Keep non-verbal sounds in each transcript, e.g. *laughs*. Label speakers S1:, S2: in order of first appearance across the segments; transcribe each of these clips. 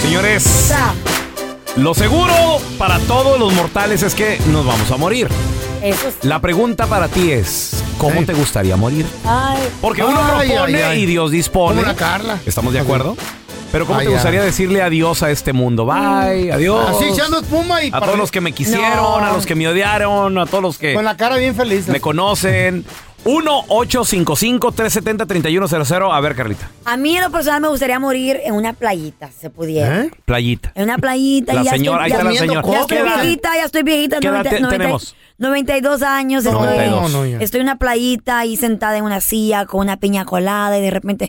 S1: Señores, lo seguro para todos los mortales es que nos vamos a morir.
S2: Eso sí.
S1: La pregunta para ti es, ¿cómo te gustaría morir?
S2: Ay,
S1: Porque uno
S3: Ay,
S1: propone
S3: ay, ay.
S1: y Dios dispone.
S3: Como la Carla.
S1: ¿Estamos de acuerdo? Pero ¿cómo
S3: Ay,
S1: te gustaría
S3: ay. Mm.
S1: decirle adiós a este mundo? Bye, adiós.
S3: Así echando espuma *laughs* y
S1: a
S3: para-
S1: todos los que me quisieron,
S2: No.
S1: a los que me odiaron, a todos los que
S3: con la cara bien feliz.
S1: me conocen. 1-855-370-3100. A ver, Carlita.
S2: a mí en lo personal me gustaría morir en una playita, si se pudiera.
S3: ¿Eh?
S1: Playita.
S2: En una playita.
S1: La
S2: y ya
S1: señora, ahí está
S2: estoy, ya-
S1: la señora.
S3: comiendo
S2: Ya
S3: coca.
S2: estoy
S3: ¿Qué edad?
S2: viejita, ya estoy viejita.
S1: ¿Qué edad te-
S2: 90,
S1: tenemos?
S2: 92 años.
S1: No,
S2: estoy,
S1: no,
S3: no, ya.
S2: estoy en una playita ahí sentada en una silla con una piña colada y de repente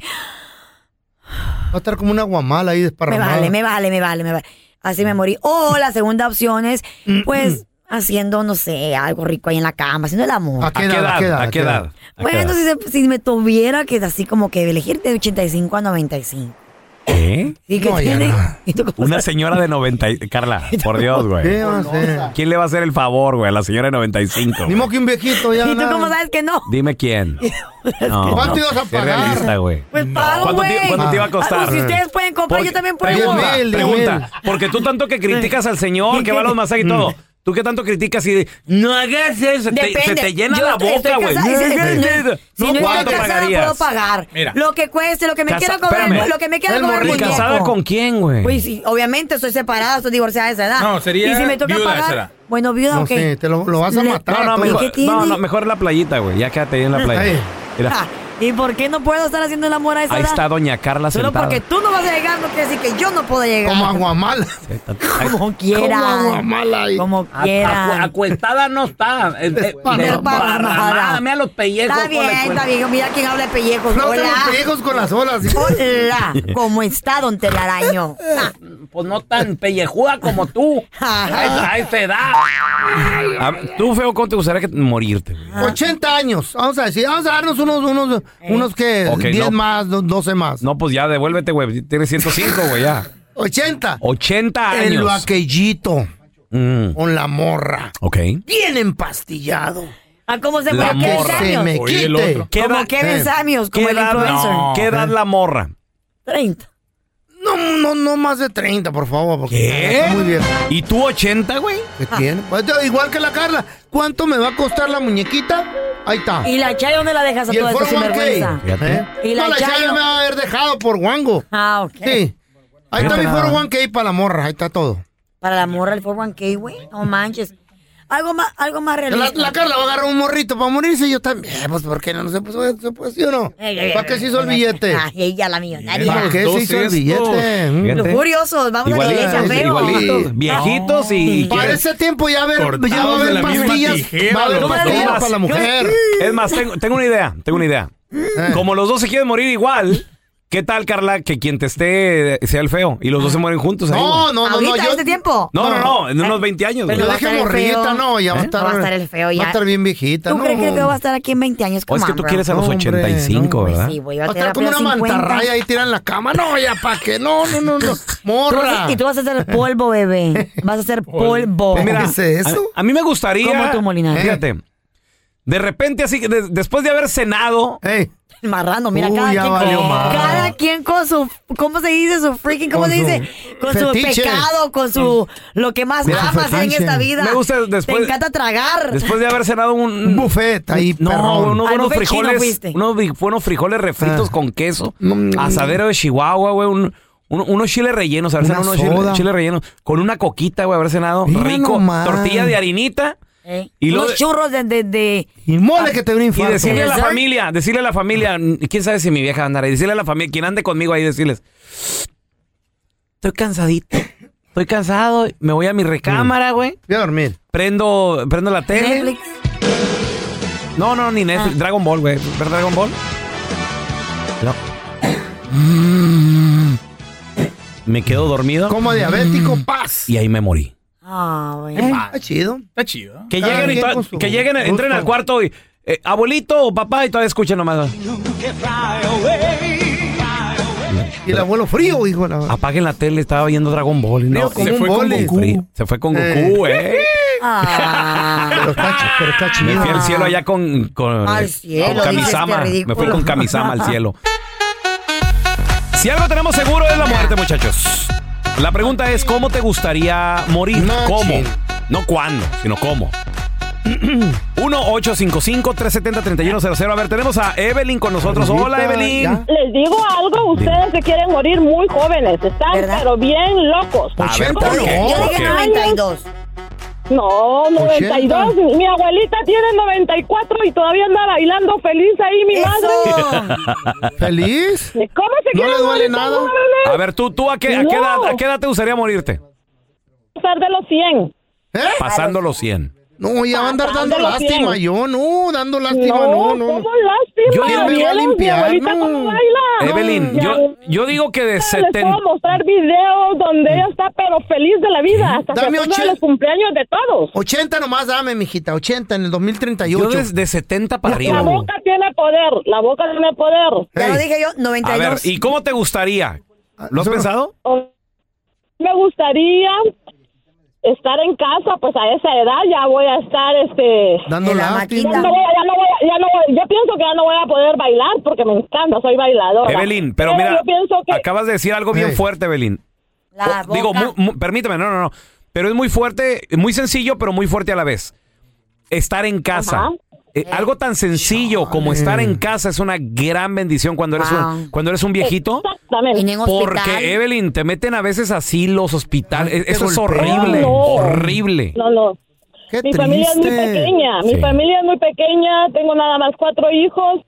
S3: Va a estar como una guamala ahí
S2: me
S3: desparramada.
S2: vale, me vale, me vale, me vale. Así
S3: Mm.
S2: me morí. O la segunda opción es, pues, haciendo, no sé, algo rico ahí en la cama, haciendo el amor.
S3: ¿A qué edad? ¿A qué edad?
S1: ¿A qué edad? ¿A qué
S2: Bueno,
S1: edad?
S2: si, se- si me tuviera que así como que elegir de 85 a 95.
S1: ¿Qué?
S2: ¿Y qué
S3: No, ya
S2: tiene? *laughs*
S3: no.
S2: ¿Y tú cómo
S1: Una
S2: sabes?
S1: señora de 90. y-
S3: *laughs*
S1: Carla, por Dios, güey.
S3: ¿Qué va a hacer?
S1: ¿Quién le va a hacer el favor, güey, a la señora de 95?
S3: Ni modo que un viejito ya.
S2: ¿Y tú
S3: nada.
S2: cómo sabes que no? *laughs*
S1: Dime quién. No,
S3: ¿Cuánto ibas a
S1: sé
S3: pagar?
S1: realista, güey.
S2: Pues pago,
S1: ¿Cuánto te-
S2: güey.
S1: cuánto te iba a
S2: Ah, pues,
S1: costar?
S2: si ustedes pueden comprar,
S1: Porque-
S2: yo también puedo.
S1: Pregunta,
S3: Diez mil, diez
S1: pregunta,
S3: mil.
S1: Porque tú tanto que criticas al señor que va a los masajes y todo. ¿Tú qué tanto criticas y de, no hagas eso? te-
S2: Depende.
S1: se te llena
S2: Yo
S1: la
S2: estoy-
S1: boca,
S2: estoy
S1: güey.
S2: casada, y
S1: *laughs*
S2: Si, si- si-
S1: No,
S2: si no estoy
S1: ¿cuánto
S2: casada,
S1: pagarías?
S2: puedo pagar.
S1: Mira.
S2: Lo que cueste, lo que me
S1: Casa-
S2: quiero comer,
S1: espérame.
S2: lo que me quiero
S3: El
S2: comer.
S3: morrito.
S2: muñeco.
S1: ¿Casada con quién, güey?
S2: Pues sí, obviamente estoy separada, estoy divorciada de esa edad.
S4: No, sería
S2: Y si me toca
S4: viuda de
S2: pagar.
S4: esa edad.
S2: Bueno, viuda,
S3: No
S2: ok. *laughs*
S3: sé, te lo- lo vas a
S2: Le-
S3: matar
S1: No, no,
S3: ¿Y
S2: ¿Y
S1: mejor,
S2: qué tiene?
S1: no, no, mejor la playita, güey. Ya quédate ahí en la playa.
S3: Ahí.
S2: Ah,
S1: Mira,
S2: ¿Y por qué no puedo estar haciendo el amor a esa
S1: ahí
S2: edad?
S1: está doña Carla
S2: Solo
S1: sentada.
S2: porque tú no vas a llegar, no quiere decir que yo no puedo llegar.
S3: Como a guamala.
S2: Como quiera.
S3: Como a guamala ahí.
S2: Como quiera.
S4: Acuestada no está. eh, eh,
S2: Desparramada.
S4: desparramada, mira los pellejos.
S2: Está
S4: con la
S2: bien, está bien. Mira quién habla de pellejos.
S3: No
S2: Hola.
S3: tengo pellejos con las olas. ¿sí?
S2: Hola. ah, ¿Cómo está, don Telaraño? Ah,
S4: cuel- *laughs* Pues no tan pellejuda como tú. A esa- a esa edad.
S1: Ah, Tú, feo, ¿cómo te gustaría que morirte? güey?
S3: 80 años, vamos a decir, vamos a darnos unos, unos,
S2: Eh.
S3: unos que
S1: Ok,
S3: 10
S1: no.
S3: más, do- 12 más.
S1: No, pues ya devuélvete, güey. Tienes 105, güey, ya.
S3: 80.
S1: 80 años.
S3: El vaquellito
S1: Mm,
S3: con la morra.
S1: ok.
S3: Bien empastillado.
S2: ah, ¿Cómo se
S1: La
S2: fue? ¿Qué
S1: morra.
S3: Se
S2: años?
S3: me
S4: Oye, el
S3: quite.
S4: otro.
S1: ¿Qué
S2: Como
S1: edad-
S2: Kevin
S3: eh,
S2: Samuels, como
S1: ¿Qué
S2: el
S1: edad,
S2: influencer.
S1: no, ¿Qué edad la morra?
S2: 30.
S3: No, no, no más de 30, por favor. Porque
S1: ¿Qué?
S3: está Muy bien.
S1: ¿Y tú 80, güey?
S3: ¿Qué
S2: Ah.
S3: tiene? Pues, yo, igual que la Carla. ¿Cuánto me va a costar la muñequita? Ahí está.
S2: ¿Y la Chayo dónde la dejas a
S3: Y el
S2: toda esta
S3: 401k.
S2: sinvergüenza?
S3: ¿Eh?
S2: Y la
S3: no, la
S2: Chayo.
S3: Chayo me va a haber dejado por guango.
S2: Ah, ok.
S3: Sí. Ahí está
S1: Fíjate
S3: mi
S1: nada más.
S3: 401k para la morra. Ahí está todo.
S2: oh Para la morra, el 401k, güey. No manches. algo más, algo más
S3: La,
S2: realista.
S3: la Carla va a agarrar un morrito para morirse y yo también. Pues, ¿por qué no se puso eso? Pues, ¿sí o no? ¿Para qué se hizo el billete?
S2: *laughs* Ay, ella, la millonaria.
S3: ¿Para qué se hizo el billete? Mm.
S2: Los curiosos, vamos a la iglesia, feo.
S1: Igualitos, viejitos y...
S3: Para ese tiempo pues ya, haber, ya va a
S1: Cortados de
S3: haber
S1: la misma
S3: pastillas.
S1: tijera,
S3: va a haber
S1: los
S3: pastillas
S1: dos.
S3: para la mujer.
S1: Es más, tengo, tengo una idea, tengo una idea.
S3: Eh.
S1: Como los dos se quieren morir igual, ¿qué tal, Carla, que quien te esté sea el feo y los dos se mueren juntos? ahí,
S3: No,
S1: güey?
S3: no, no, no.
S2: Ahorita,
S3: Yo,
S2: este tiempo.
S1: No, no, no, en unos 20 años.
S2: Pero
S3: yo
S1: güey.
S2: va a
S3: dejé
S2: estar el
S3: morrita,
S2: feo.
S3: no, ya va a
S1: ¿Eh?
S3: estar.
S2: Va a estar el feo
S3: Va a
S2: ya.
S3: estar bien viejita.
S2: ¿Tú
S3: no,
S2: crees que el feo va a estar aquí en 20 años?
S1: O es
S2: Come
S1: que
S2: on,
S1: tú
S2: bro.
S1: quieres a los
S3: hombre,
S1: 85,
S3: no,
S2: Pues
S1: ¿verdad?
S2: sí, voy
S3: Va
S2: a
S3: a estar
S2: estar
S3: como una mantarraya ahí tirada en la cama. No, ya, ¿para qué? No, no, no, no. Morra.
S2: Y tú vas a hacer polvo, bebé. Vas a hacer polvo.
S3: Pues mira,
S1: Mira,
S3: ¿Qué es eso?
S1: A, a mí me gustaría.
S2: Como tú, Molinar.
S1: Fíjate. De repente, así, que de- después de haber cenado,
S3: Ey,
S2: El marrano, mira,
S3: Uy,
S2: cada,
S3: ya
S2: quien
S3: valió
S2: con,
S3: madre.
S2: cada quien con su, ¿cómo se dice? Su freaking, ¿cómo
S3: Con
S2: se
S3: su
S2: dice? Con
S3: fetiche. Mm.
S2: su pecado, con su, lo que más
S3: Mira,
S2: amas en
S3: fetiche.
S2: esta vida.
S1: Me gusta después-
S2: Te encanta tragar.
S1: después de haber cenado un.
S3: un buffet ahí,
S1: No,
S3: perrón.
S1: unos
S2: Al
S1: buenos
S2: buffet chino
S1: frijoles.
S2: fuiste.
S1: Unos bri- buenos frijoles refritos
S3: Ah.
S1: con queso.
S3: Mm.
S1: Asadero de Chihuahua, güey. un- un- unos chiles rellenos. A ver,
S3: Una
S1: unos chiles,
S3: soda.
S1: chiles rellenos. Con una coquita, güey, haber cenado.
S3: Mira
S1: rico.
S3: nomás.
S1: Tortilla de harinita.
S2: Eh,
S1: Y luego
S2: Unos
S1: de-
S2: churros de, de, de-
S3: Y mole que te dio un
S1: Y
S3: infarto.
S1: decirle a la
S2: ¿Dessert?
S1: familia, decirle a la familia, quién sabe si mi vieja va a andar ahí, decirle a la familia, quien ande conmigo ahí, decirles, estoy cansadito, estoy cansado, me voy a mi recámara, güey,
S3: Mm. Voy a dormir.
S1: prendo, prendo la tele.
S2: Netflix.
S1: No, no, ni Netflix,
S3: Ah.
S1: Dragon Ball, güey, ¿ver Dragon Ball? No. Mm. Me quedo dormido Mm.
S3: Como diabético, paz.
S1: y ahí me morí.
S2: Ah, bueno.
S3: Está chido.
S4: Está chido.
S1: Que
S3: Cada
S1: lleguen, y
S3: quien
S1: to-
S3: con su
S1: que lleguen,
S3: gusto.
S1: entren al cuarto y, eh, abuelito o papá, y todavía escuchen nomás.
S3: Y el abuelo frío, hijo. de La...
S1: Apaguen la tele, estaba viendo Dragon Ball. y No,
S3: Frío como
S4: se
S3: un
S4: fue con
S3: vole.
S4: Goku.
S1: Frío. Se fue con
S3: Eh.
S1: Goku, ¿eh?
S2: Ah.
S3: Pero está, chi- pero está
S1: Me
S3: chido.
S1: fui al cielo allá con, con,
S2: Al cielo,
S1: con
S2: dices,
S1: Kamisama.
S2: qué ridículo.
S1: Me fui con Kamisama al cielo. Si algo tenemos seguro es la muerte, muchachos. La pregunta es, ¿cómo te gustaría morir?
S3: No,
S1: ¿Cómo?
S3: chin.
S1: No cuándo, sino cómo. *clears throat* 1-855-370-3100. A ver, tenemos a Evelyn con nosotros.
S3: Ahorita,
S1: Hola, Evelyn. *laughs*
S3: ya.
S5: Les digo algo, ustedes se quieren morir muy jóvenes, están
S2: ¿Verdad?
S5: pero bien locos.
S1: A ver,
S3: Ochenta,
S1: ¿por qué?
S3: no.
S2: Yo
S1: ¿Por
S2: dije
S1: qué?
S2: 92.
S5: No, 92,
S3: 80.
S5: mi abuelita tiene 94 y todavía anda bailando feliz ahí mi madre.
S2: Eso.
S3: ¿Feliz?
S5: ¿Cómo se
S3: No
S5: quieren
S3: le duele
S5: morir tan
S3: nada.
S5: jóvenes?
S1: A ver, tú, tú a, qué, a,
S5: No.
S1: qué edad, ¿a qué edad te gustaría morirte?
S5: Pasar de los 100.
S3: ¿Eh?
S1: Pasando los 100.
S3: No, ya va a andar dando
S5: Dándolo bien.
S3: lástima. Yo no, dando lástima,
S5: No,
S3: no, no.
S5: cómo
S3: no.
S5: lástima.
S1: Yo- ¿Quién me va a
S5: ¿Vieron
S3: limpiar?
S5: Mi abuelita
S3: No.
S1: Mm.
S5: cómo baila.
S1: Evelyn,
S5: Mi
S1: yo,
S5: abuelita,
S1: yo digo que de
S5: Les
S1: 70...
S5: puedo mostrar videos donde ella está pero feliz de la vida. Hasta que
S3: Dame
S5: se
S3: ochen-
S5: acuerda de los cumpleaños de todos.
S3: 80 nomás dame, mijita. 80 en el 2038.
S1: Yo desde 70 para arriba.
S5: La
S1: güey.
S5: boca tiene poder, la boca tiene poder.
S2: Ya lo
S3: Ey.
S2: dije yo,
S1: A
S2: 92.
S1: ver, ¿y cómo te gustaría? ¿Lo has
S3: Eso no-
S1: pensado?
S5: O- Me gustaría estar en casa, pues a esa edad ya voy a estar, este...
S3: Dando
S2: En la
S3: lástima.
S5: Ya no voy, a- ya no voy, a- ya no voy- yo pienso que ya no voy a poder bailar porque me encanta, soy bailadora.
S1: Evelyn, pero mira,
S5: yo pienso que
S1: acabas de decir algo bien
S3: Ey.
S1: fuerte, Evelyn.
S2: La
S1: O- Digo,
S2: boca.
S1: mu- mu- permíteme, no, no, no. Pero es muy fuerte, muy sencillo, pero muy fuerte a la vez. Estar en casa.
S5: Ajá.
S1: Eh, algo tan sencillo como estar en casa es una gran bendición cuando eres,
S2: Wow.
S1: un, cuando eres
S5: Eh,
S1: un viejito.
S5: exactamente.
S2: Ah. en un hospital.
S1: Porque, Evelyn, te meten a veces así los hospitales.
S3: Ay, te
S1: Eso es
S3: golpean.
S1: horrible,
S5: No.
S1: horrible.
S5: No, no.
S3: Qué
S5: Mi familia es muy
S3: triste.
S5: pequeña, mi
S1: Sí.
S5: familia es muy pequeña, tengo nada más cuatro hijos,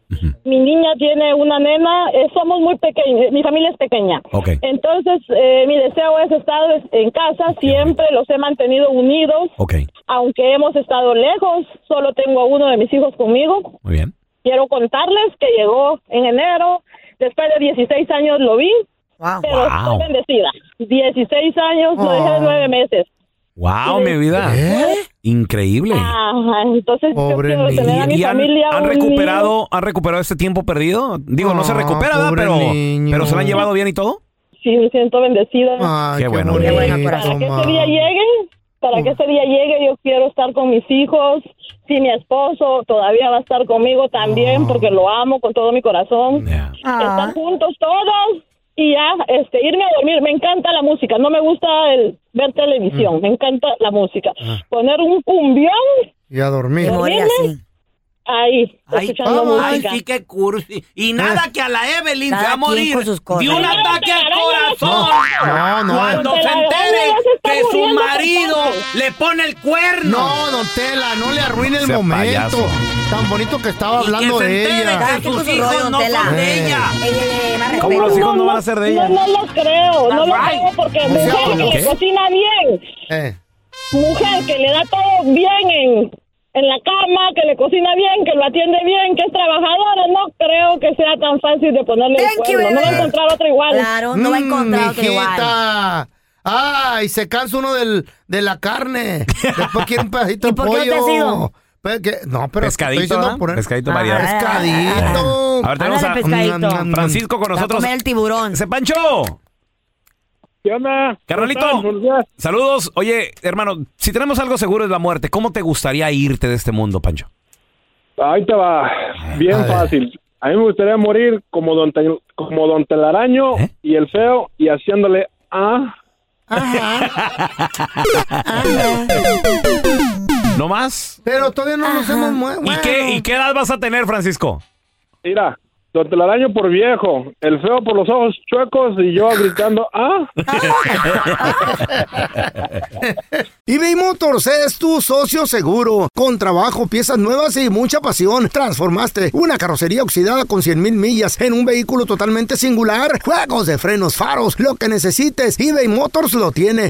S5: mi niña tiene una nena, eh, somos muy pequeños, mi familia es pequeña.
S1: Ok.
S5: Entonces, eh, mi deseo es estar es- en casa, siempre los he mantenido unidos,
S1: Ok,
S5: aunque hemos estado lejos, solo tengo a uno de mis hijos conmigo.
S1: muy bien.
S5: Quiero contarles que llegó en enero, después de 16 años lo vi,
S2: Wow.
S5: pero
S1: Wow.
S5: estoy bendecida. 16 años, lo dejé de
S3: Oh.
S5: nueve meses.
S1: ¡Wow, mi vida!
S3: ¿Eh?
S1: Increíble.
S5: Ajá, entonces
S3: Pobre
S5: yo quiero
S3: niño.
S5: tener a mi
S1: ¿Y han,
S5: familia
S1: han
S5: un
S1: recuperado, han recuperado este tiempo perdido? Digo, no se
S3: Ah,
S1: recupera, ¿verdad?
S3: pobre
S1: pero,
S3: niño.
S1: pero se lo han llevado bien y todo.
S5: Sí, me siento bendecida.
S3: Ay,
S1: Qué
S3: qué
S1: bueno,
S3: bonito,
S2: Evelyn. Para
S5: para que
S3: ma. Oh.
S5: ese día llegue, para que ese día llegue, yo quiero estar con mis hijos. Si mi esposo todavía va a estar conmigo
S3: Oh.
S5: también, porque lo amo con todo mi corazón.
S1: Ya.
S5: Estar juntos todos y ya este, irme a dormir. Me encanta la música, no me gusta el ver televisión,
S3: Mm.
S5: me encanta la música.
S3: Ah.
S5: Poner un cumbión
S3: Y a dormir.
S2: Te morí así.
S5: ahí, escuchando
S3: vamos.
S1: ay,
S5: música.
S1: sí que cursi. Y nada que a la Evelyn
S2: Cada
S1: se va a
S2: quien
S1: morir
S2: con sus cosas.
S1: de un ataque al
S5: Telaraña,
S1: corazón.
S3: Ah, No, no.
S1: Cuando
S5: Telaraña,
S1: se entere
S5: ya se está
S1: que su
S5: muriendo,
S1: marido
S5: cantante.
S1: ¡Le pone el cuerno!
S3: No, don Tela, no le arruine el
S1: Sea
S3: momento.
S1: payaso.
S3: Tan bonito que estaba hablando
S1: que se
S3: de
S1: entere
S3: ella.
S1: que
S2: Cada quien
S1: sus
S2: con su
S1: hijos
S2: rollo,
S1: no
S2: Tela. Eh.
S1: son de ella.
S2: Ey, ey, ey, más
S1: ¿Cómo
S2: respeto.
S1: los hijos no
S5: lo-
S1: van a ser de ella?
S5: No, no lo creo, no lo
S1: Alright.
S5: creo porque
S3: O sea,
S5: mujer que
S3: ¿qué?
S5: cocina bien,
S3: Eh.
S5: mujer que le da todo bien en, en la cama, que le cocina bien, que lo atiende bien, que es trabajadora, no creo que sea tan fácil de ponerle el
S2: Thank you,
S5: cuerno. No va a
S2: baby.
S5: encontrar otra igual.
S2: Claro, no va a
S3: Mm,
S2: encontrar otro igual.
S3: mijita. Ay, se cansa uno del, de la carne. Después quiere un
S2: *laughs*
S3: pedacito
S2: ¿Y
S3: de
S2: por qué no te
S3: pollo.
S2: has ido?
S3: Pe- que- No, pero te estoy
S1: Pescadito,
S3: diciendo
S1: ¿verdad?
S3: por-
S1: Pescadito
S2: Ah,
S1: variado.
S3: Pescadito.
S1: A ver, tenemos a
S2: Ándale, pescadito.
S3: Mm, mm, mm.
S1: Francisco con
S2: Va a
S1: nosotros.
S2: comer el tiburón.
S1: ¡Se Pancho!
S6: ¿Qué onda?
S1: Carnalito, saludos. Oye, hermano, si tenemos algo seguro es la muerte. ¿Cómo te gustaría irte de este mundo, Pancho?
S6: Ahí te va. Bien
S3: A ver.
S6: fácil. A mí me gustaría morir como don, Tel- como don Telaraño
S1: ¿Eh?
S6: y el feo y haciéndole ah.
S1: ¿No más?
S3: *laughs* Pero todavía no nos hemos muerto.
S1: ¿Y, qué, ¿Y qué edad vas a tener, Francisco?
S6: Mira, don Telaraño por viejo, el feo por los ojos chuecos y yo gritando ah.
S3: *laughs* eBay Motors es tu socio seguro. Con trabajo, piezas nuevas y mucha pasión. Transformaste una carrocería oxidada con 100 mil millas en un vehículo totalmente singular. Juegos de frenos, faros, lo que necesites, eBay Motors lo tiene.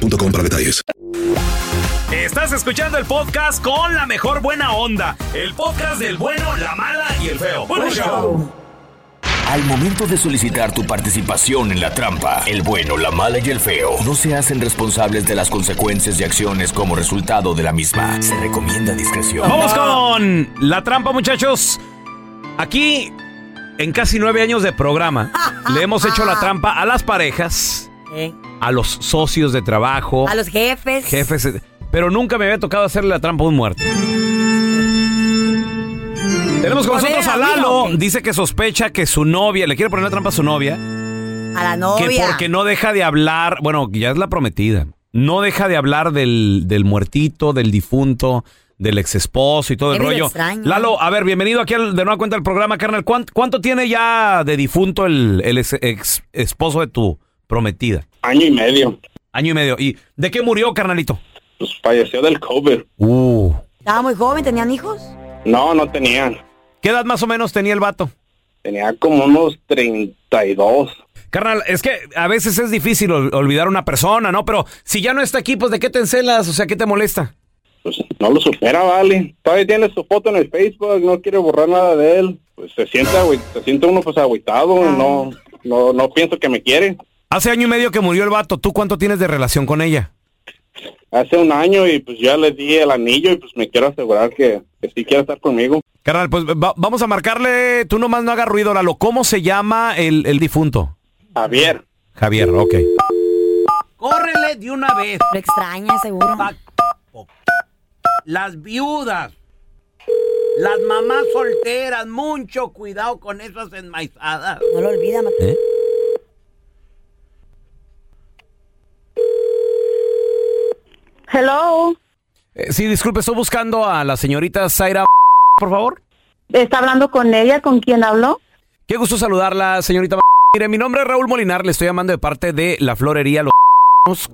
S7: para detalles.
S1: Estás escuchando el podcast con la mejor buena onda. El podcast del bueno, la mala y el feo.
S8: Al momento de solicitar tu participación en la trampa, el bueno, la mala y el feo no se hacen responsables de las consecuencias y acciones como resultado de la misma. Se recomienda discreción.
S1: Vamos con la trampa, muchachos. Aquí, en casi nueve años de
S2: *laughs*
S1: programa, le hemos hecho la trampa a las parejas,
S2: Eh,
S1: a los socios de trabajo,
S2: A los jefes.
S1: jefes. eh, Pero nunca me había tocado hacerle la trampa a un muerto. Tenemos con
S2: ¿Por
S1: nosotros
S2: ver
S1: a
S2: a mí o
S1: Lalo.
S2: qué?
S1: Dice que sospecha que su novia, le quiere poner la trampa a su novia,
S2: A la novia.
S1: que porque no deja de hablar, bueno, ya es la prometida, no deja de hablar del, del muertito, del difunto, del ex esposo y todo el
S2: Qué vida
S1: rollo.
S2: extraña.
S1: Lalo, a ver, bienvenido aquí al- de nueva cuenta al programa, carnal. ¿Cuán- ¿Cuánto, tiene ya de difunto el, el ex, ex esposo de tu prometida?
S9: Año y medio.
S1: Año y medio. ¿Y de qué murió, carnalito?
S9: Pues falleció del COVID.
S1: Uh.
S2: Estaba muy joven, tenían hijos.
S9: No, no tenía.
S1: ¿Qué edad más o menos tenía el vato?
S9: Tenía como unos 32.
S1: Carnal, es que a veces es difícil ol- olvidar a una persona, ¿no? Pero si ya no está aquí, pues ¿de qué te encelas? O sea, ¿qué te molesta?
S9: Pues no lo supera, vale. Todavía tiene su foto en el Facebook, no quiere borrar nada de él. Pues se siente, agüi- se siente uno pues agüitado. No, no, no pienso que me quiere.
S1: Hace año y medio que murió el vato, ¿tú cuánto tienes de relación con ella?
S9: Hace un año y pues ya le di el anillo y pues me quiero asegurar que, que sí quiere estar conmigo.
S1: Carnal, pues va- vamos a marcarle, tú nomás no hagas ruido, Lalo. ¿Cómo se llama el, el difunto?
S9: Javier.
S1: Javier, ok.
S4: Córrele de una vez.
S2: Lo extraña, seguro.
S4: pa- Las viudas. Las mamás solteras. Mucho cuidado con esas enmaizadas.
S2: No lo olvida, ma-
S1: ¿Eh?
S5: Hello,
S1: Eh, sí, disculpe, estoy buscando a la señorita Zaira, por favor.
S5: está hablando con ella, ¿con quién habló?
S1: Qué gusto saludarla, señorita. Mire, mi nombre es Raúl Molinar, le estoy llamando de parte de la florería Los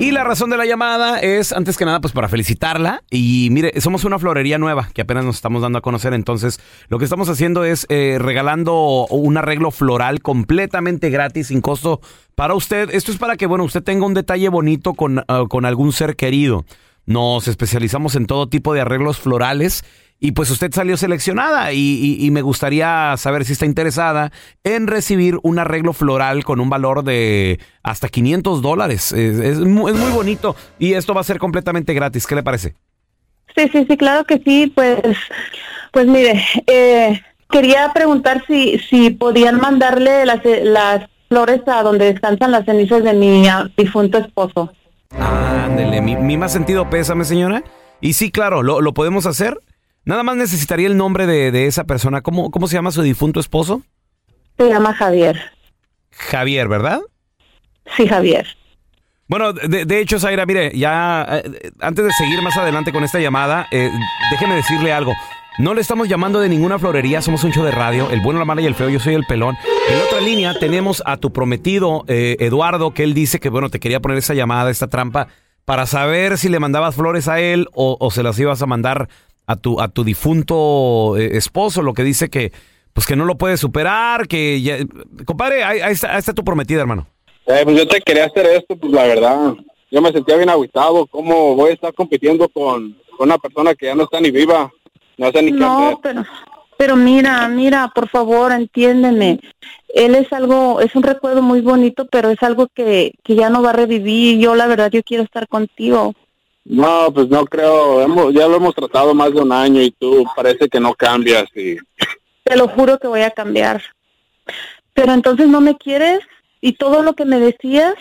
S1: Y la razón de la llamada es, antes que nada, pues para felicitarla. Y mire, somos una florería nueva que apenas nos estamos dando a conocer. Entonces, lo que estamos haciendo es eh, regalando un arreglo floral completamente gratis, sin costo para usted. Esto es para que, bueno, usted tenga un detalle bonito con, ah, con algún ser querido. Nos especializamos en todo tipo de arreglos florales. Y pues usted salió seleccionada y, y- y me gustaría saber si está interesada en recibir un arreglo floral con un valor de hasta 500 dólares. Es, es mu- es muy bonito y esto va a ser completamente gratis. ¿Qué le parece?
S10: Sí, sí, sí, claro que sí. Pues, pues mire, eh, quería preguntar si, si podían mandarle las, las flores a donde descansan las cenizas de mi ah, difunto esposo.
S1: Ándele, mi, mi más sentido pésame, señora. Y sí, claro, lo, lo podemos hacer. Nada más necesitaría el nombre de, de esa persona. ¿Cómo, ¿Cómo se llama su difunto esposo?
S10: Se llama Javier.
S1: Javier, ¿verdad?
S10: Sí, Javier.
S1: Bueno, de, de hecho, Zaira, mire, ya eh, antes de seguir más adelante con esta llamada, eh, déjeme decirle algo. No le estamos llamando de ninguna florería, somos un show de radio, el bueno, la mala y el feo, yo soy el pelón. En otra línea tenemos a tu prometido, eh, Eduardo, que él dice que, bueno, te quería poner esa llamada, esta trampa, para saber si le mandabas flores a él o, o se las ibas a mandar a tu, a tu difunto eh, esposo, lo que dice que, pues que no lo puede superar, que ya... Compadre, ahí, ahí está, ahí está tu prometida, hermano.
S9: Eh, pues yo te quería hacer esto, pues la verdad. Yo me sentía bien agüitado. ¿Cómo voy a estar compitiendo con, con una persona que ya no está ni viva? No sé ni qué hacer.
S10: No, pero, pero mira, mira, por favor, entiéndeme. Él es algo, es un recuerdo muy bonito, pero es algo que, que ya no va a revivir. Yo, la verdad, yo quiero estar contigo.
S9: No, pues no creo. Hemos- ya lo hemos tratado más de un año y tú parece que no cambias. Y...
S10: Te lo juro que voy a cambiar. Pero entonces no me quieres y todo lo que me decías,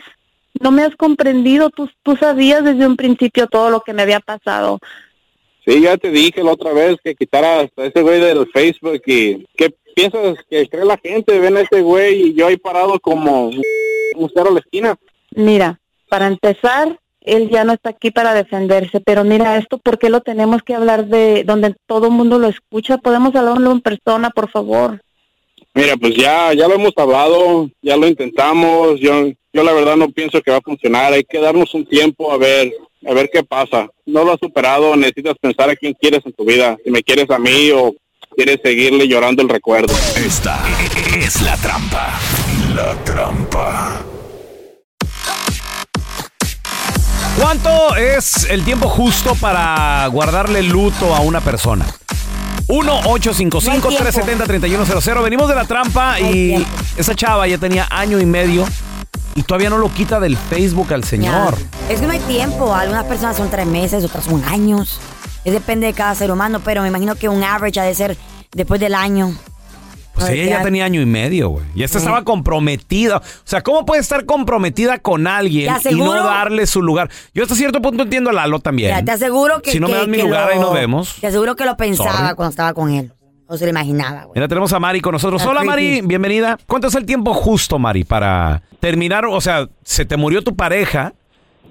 S10: no me has comprendido. Tú, tú sabías desde un principio todo lo que me había pasado.
S9: Sí, ya te dije la otra vez que quitaras a ese güey del Facebook y ¿qué piensas que cree la gente? Ven a ese güey y yo ahí parado como un un cero a la esquina.
S10: Mira, para empezar, él ya no está aquí para defenderse, pero mira esto, ¿por qué lo tenemos que hablar de donde todo el mundo lo escucha? Podemos hablarlo en persona, por favor.
S9: Mira, pues ya, ya lo hemos hablado, ya lo intentamos. Yo, yo la verdad no pienso que va a funcionar. Hay que darnos un tiempo a ver, a ver qué pasa. No lo has superado. Necesitas pensar a quién quieres en tu vida. Si me quieres a mí o quieres seguirle llorando el recuerdo.
S8: Esta es la trampa. La trampa.
S1: ¿Cuánto es el tiempo justo para guardarle luto a una persona? 1-855-370-3100. Venimos de la trampa y esa chava ya tenía año y medio y todavía no lo quita del Facebook al señor.
S2: Es que no hay tiempo. Algunas personas son tres meses, otras son años. Es depende de cada ser humano, pero me imagino que un average ha de ser después del año.
S1: Pues
S2: A ver,
S1: ella ya
S2: ya-
S1: tenía año y medio, güey. Y esta
S2: Sí.
S1: estaba comprometida. O sea, ¿cómo puede estar comprometida con alguien
S2: ¿Te
S1: y no
S2: aseguro?
S1: darle su lugar? Yo hasta cierto punto entiendo a Lalo también.
S2: Mira, te aseguro que.
S1: Si no me
S2: que-
S1: das mi
S2: que
S1: lugar,
S2: lo-
S1: ahí nos vemos.
S2: Te aseguro que lo pensaba
S1: Sorry.
S2: cuando estaba con él. O se lo imaginaba, güey.
S1: Mira, tenemos a Mari con nosotros.
S2: Está
S1: Hola,
S2: creepy.
S1: Mari, bienvenida. ¿Cuánto es el tiempo justo, Mari, para terminar? O sea, se te murió tu pareja.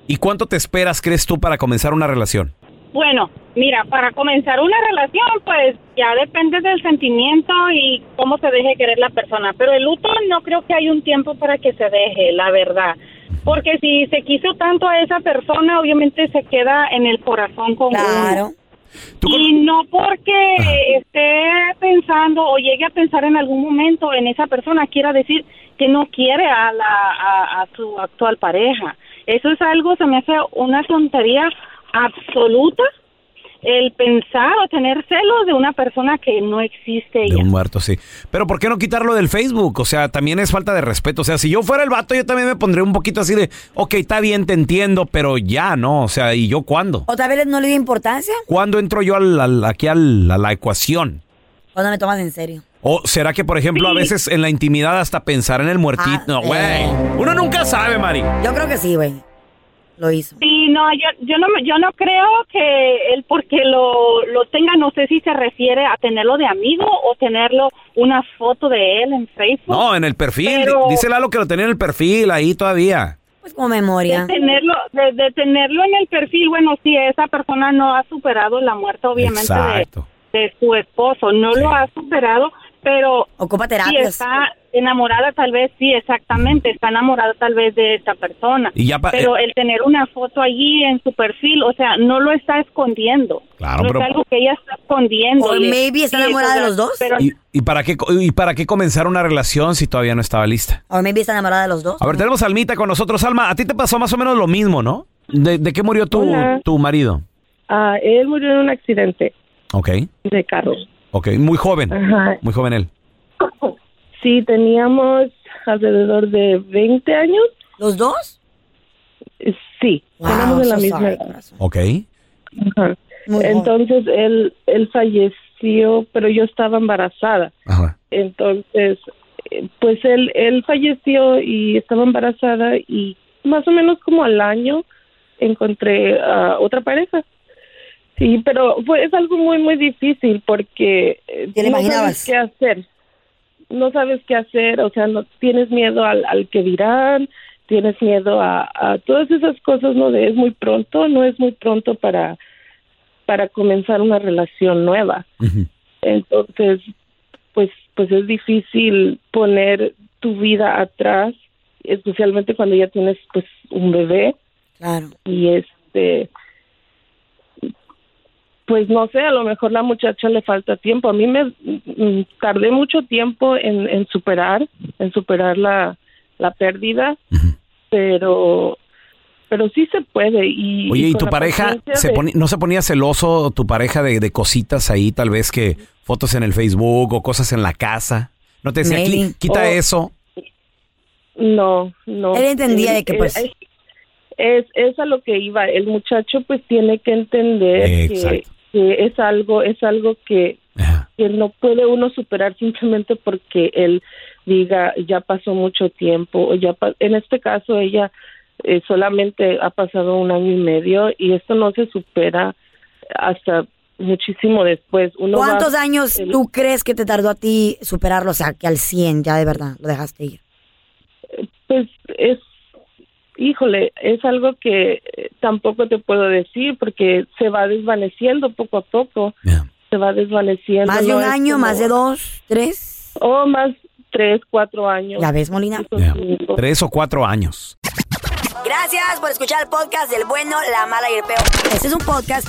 S1: ¿Y cuánto te esperas, crees tú, para comenzar una relación?
S11: Bueno, mira, para comenzar una relación, pues ya depende del sentimiento y cómo se deje querer la persona. Pero el luto no creo que hay un tiempo para que se deje, la verdad. Porque si se quiso tanto a esa persona, obviamente se queda en el corazón con claro. Y no porque esté pensando o llegue a pensar en algún momento en esa persona, quiera decir que no quiere a, la, a, a su actual pareja. Eso es algo, se me hace una tontería absoluta el pensar o tener celos de una persona que no existe
S1: De un muerto, sí. Pero ¿por qué no quitarlo del Facebook? O sea, también es falta de respeto. O sea, si yo fuera el vato, yo también me pondría un poquito así de, ok, está bien, te entiendo, pero ya no. O sea, ¿y yo cuándo?
S2: ¿O tal vez no le dio importancia?
S1: ¿Cuándo entro yo al- al- aquí al- a la ecuación?
S2: ¿O no me tomas en serio?
S1: ¿O será que, por ejemplo, a veces en la intimidad hasta pensar en el muertito? No, güey. Uno nunca sabe, Mari.
S2: Yo creo que sí, güey. Lo hizo.
S11: Sí, no, yo, yo no, me- yo no creo que él porque lo, lo tenga, no sé si se refiere a tenerlo de amigo o tenerlo una foto de él en Facebook.
S1: No,
S12: Pues,
S1: en el perfil.
S11: Pero-
S1: Dice Lalo que lo tenía en el perfil ahí todavía.
S2: Pues como memoria.
S11: De tenerlo, de, de tenerlo en el perfil, bueno, si esa persona no ha superado la muerte, obviamente, de,
S1: Exacto.
S11: de su esposo, no lo ha superado, pero
S2: Ocupa
S11: si
S2: terapias.
S11: está enamorada tal vez, sí, exactamente, está enamorada tal vez de esta persona,
S1: Y ya pa-
S11: pero
S1: eh.
S11: el tener una foto allí en su perfil, o sea, no lo está escondiendo.
S1: Claro,
S11: no
S1: pero-
S11: es algo que ella está escondiendo.
S2: O
S11: Y-
S2: maybe está
S11: sí,
S2: enamorada
S11: o
S2: de
S11: sea,
S2: los dos.
S11: pero-
S1: ¿Y, y para qué, co- ¿Y para qué comenzar una relación si todavía no estaba lista?
S2: O maybe está enamorada de los dos.
S1: A ver, tenemos a Almita con nosotros. Alma, a ti te pasó más o menos lo mismo, ¿no? ¿De, de qué murió tu,
S12: Hola.
S1: tu marido?
S12: Ah, él murió en un accidente
S1: Ok,
S12: de carro.
S1: ok. Muy joven.
S12: Ajá.
S1: Muy joven él.
S12: Sí, teníamos alrededor de 20 años.
S2: ¿Los dos?
S12: Sí, teníamos de la
S2: so
S12: misma
S2: sorry,
S12: edad.
S1: Ok.
S12: Ajá. Entonces él él falleció, pero yo estaba embarazada. Entonces, eh, pues él él falleció y estaba embarazada y más o menos como al año encontré a otra pareja. Sí, pero fue es algo muy muy difícil porque eh,
S2: ¿Te lo
S12: no
S2: imaginabas?
S12: sabes qué hacer. No sabes qué hacer, o sea, no tienes miedo al, al que dirán, tienes miedo a, a todas esas cosas, no de es muy pronto, no es muy pronto para para comenzar una relación nueva. Entonces, pues, pues es difícil poner tu vida atrás, especialmente cuando ya tienes pues un bebé.
S2: Claro.
S12: Y este, pues no sé, a lo mejor la muchacha le falta tiempo. A mí me
S2: *laughs*
S12: mm, tardé mucho tiempo en, en superar, en superar la, la pérdida, pero pero sí se puede. Y,
S1: Oye, ¿y
S12: con
S1: tu
S12: la
S1: pareja
S12: paciencia
S1: se
S12: de-
S1: poni- no se ponía celoso tu pareja de, de cositas ahí, tal vez que fotos en el Facebook o cosas en la casa? ¿No te decía,
S12: Maybe.
S1: "Qui- quita
S12: Oh.
S1: eso?
S12: No, no.
S2: Él entendía de que,
S12: Eh,
S2: pues-
S12: eh, Es, es a lo que iba. El muchacho pues tiene que entender que,
S1: Exacto.
S12: que es algo, es algo que, que no puede uno superar simplemente porque él diga ya pasó mucho tiempo. o ya pa- En este caso ella eh, solamente ha pasado un año y medio y esto no se supera hasta muchísimo después. Uno va-
S2: ¿Cuántos años
S12: el-
S2: tú crees que te tardó a ti superarlo? O sea, que al 100 ya de verdad lo dejaste ir.
S12: Pues es, híjole, es algo que eh, tampoco te puedo decir porque se va desvaneciendo poco a poco. Se va desvaneciendo.
S2: Más de
S12: no
S2: un
S12: es
S2: año,
S12: como-
S2: más de dos, tres.
S12: O más tres, cuatro años.
S2: ¿La ves, Molina?
S1: Tres o cuatro años.
S2: Gracias por escuchar el podcast del bueno, la mala y el peor. Este es un podcast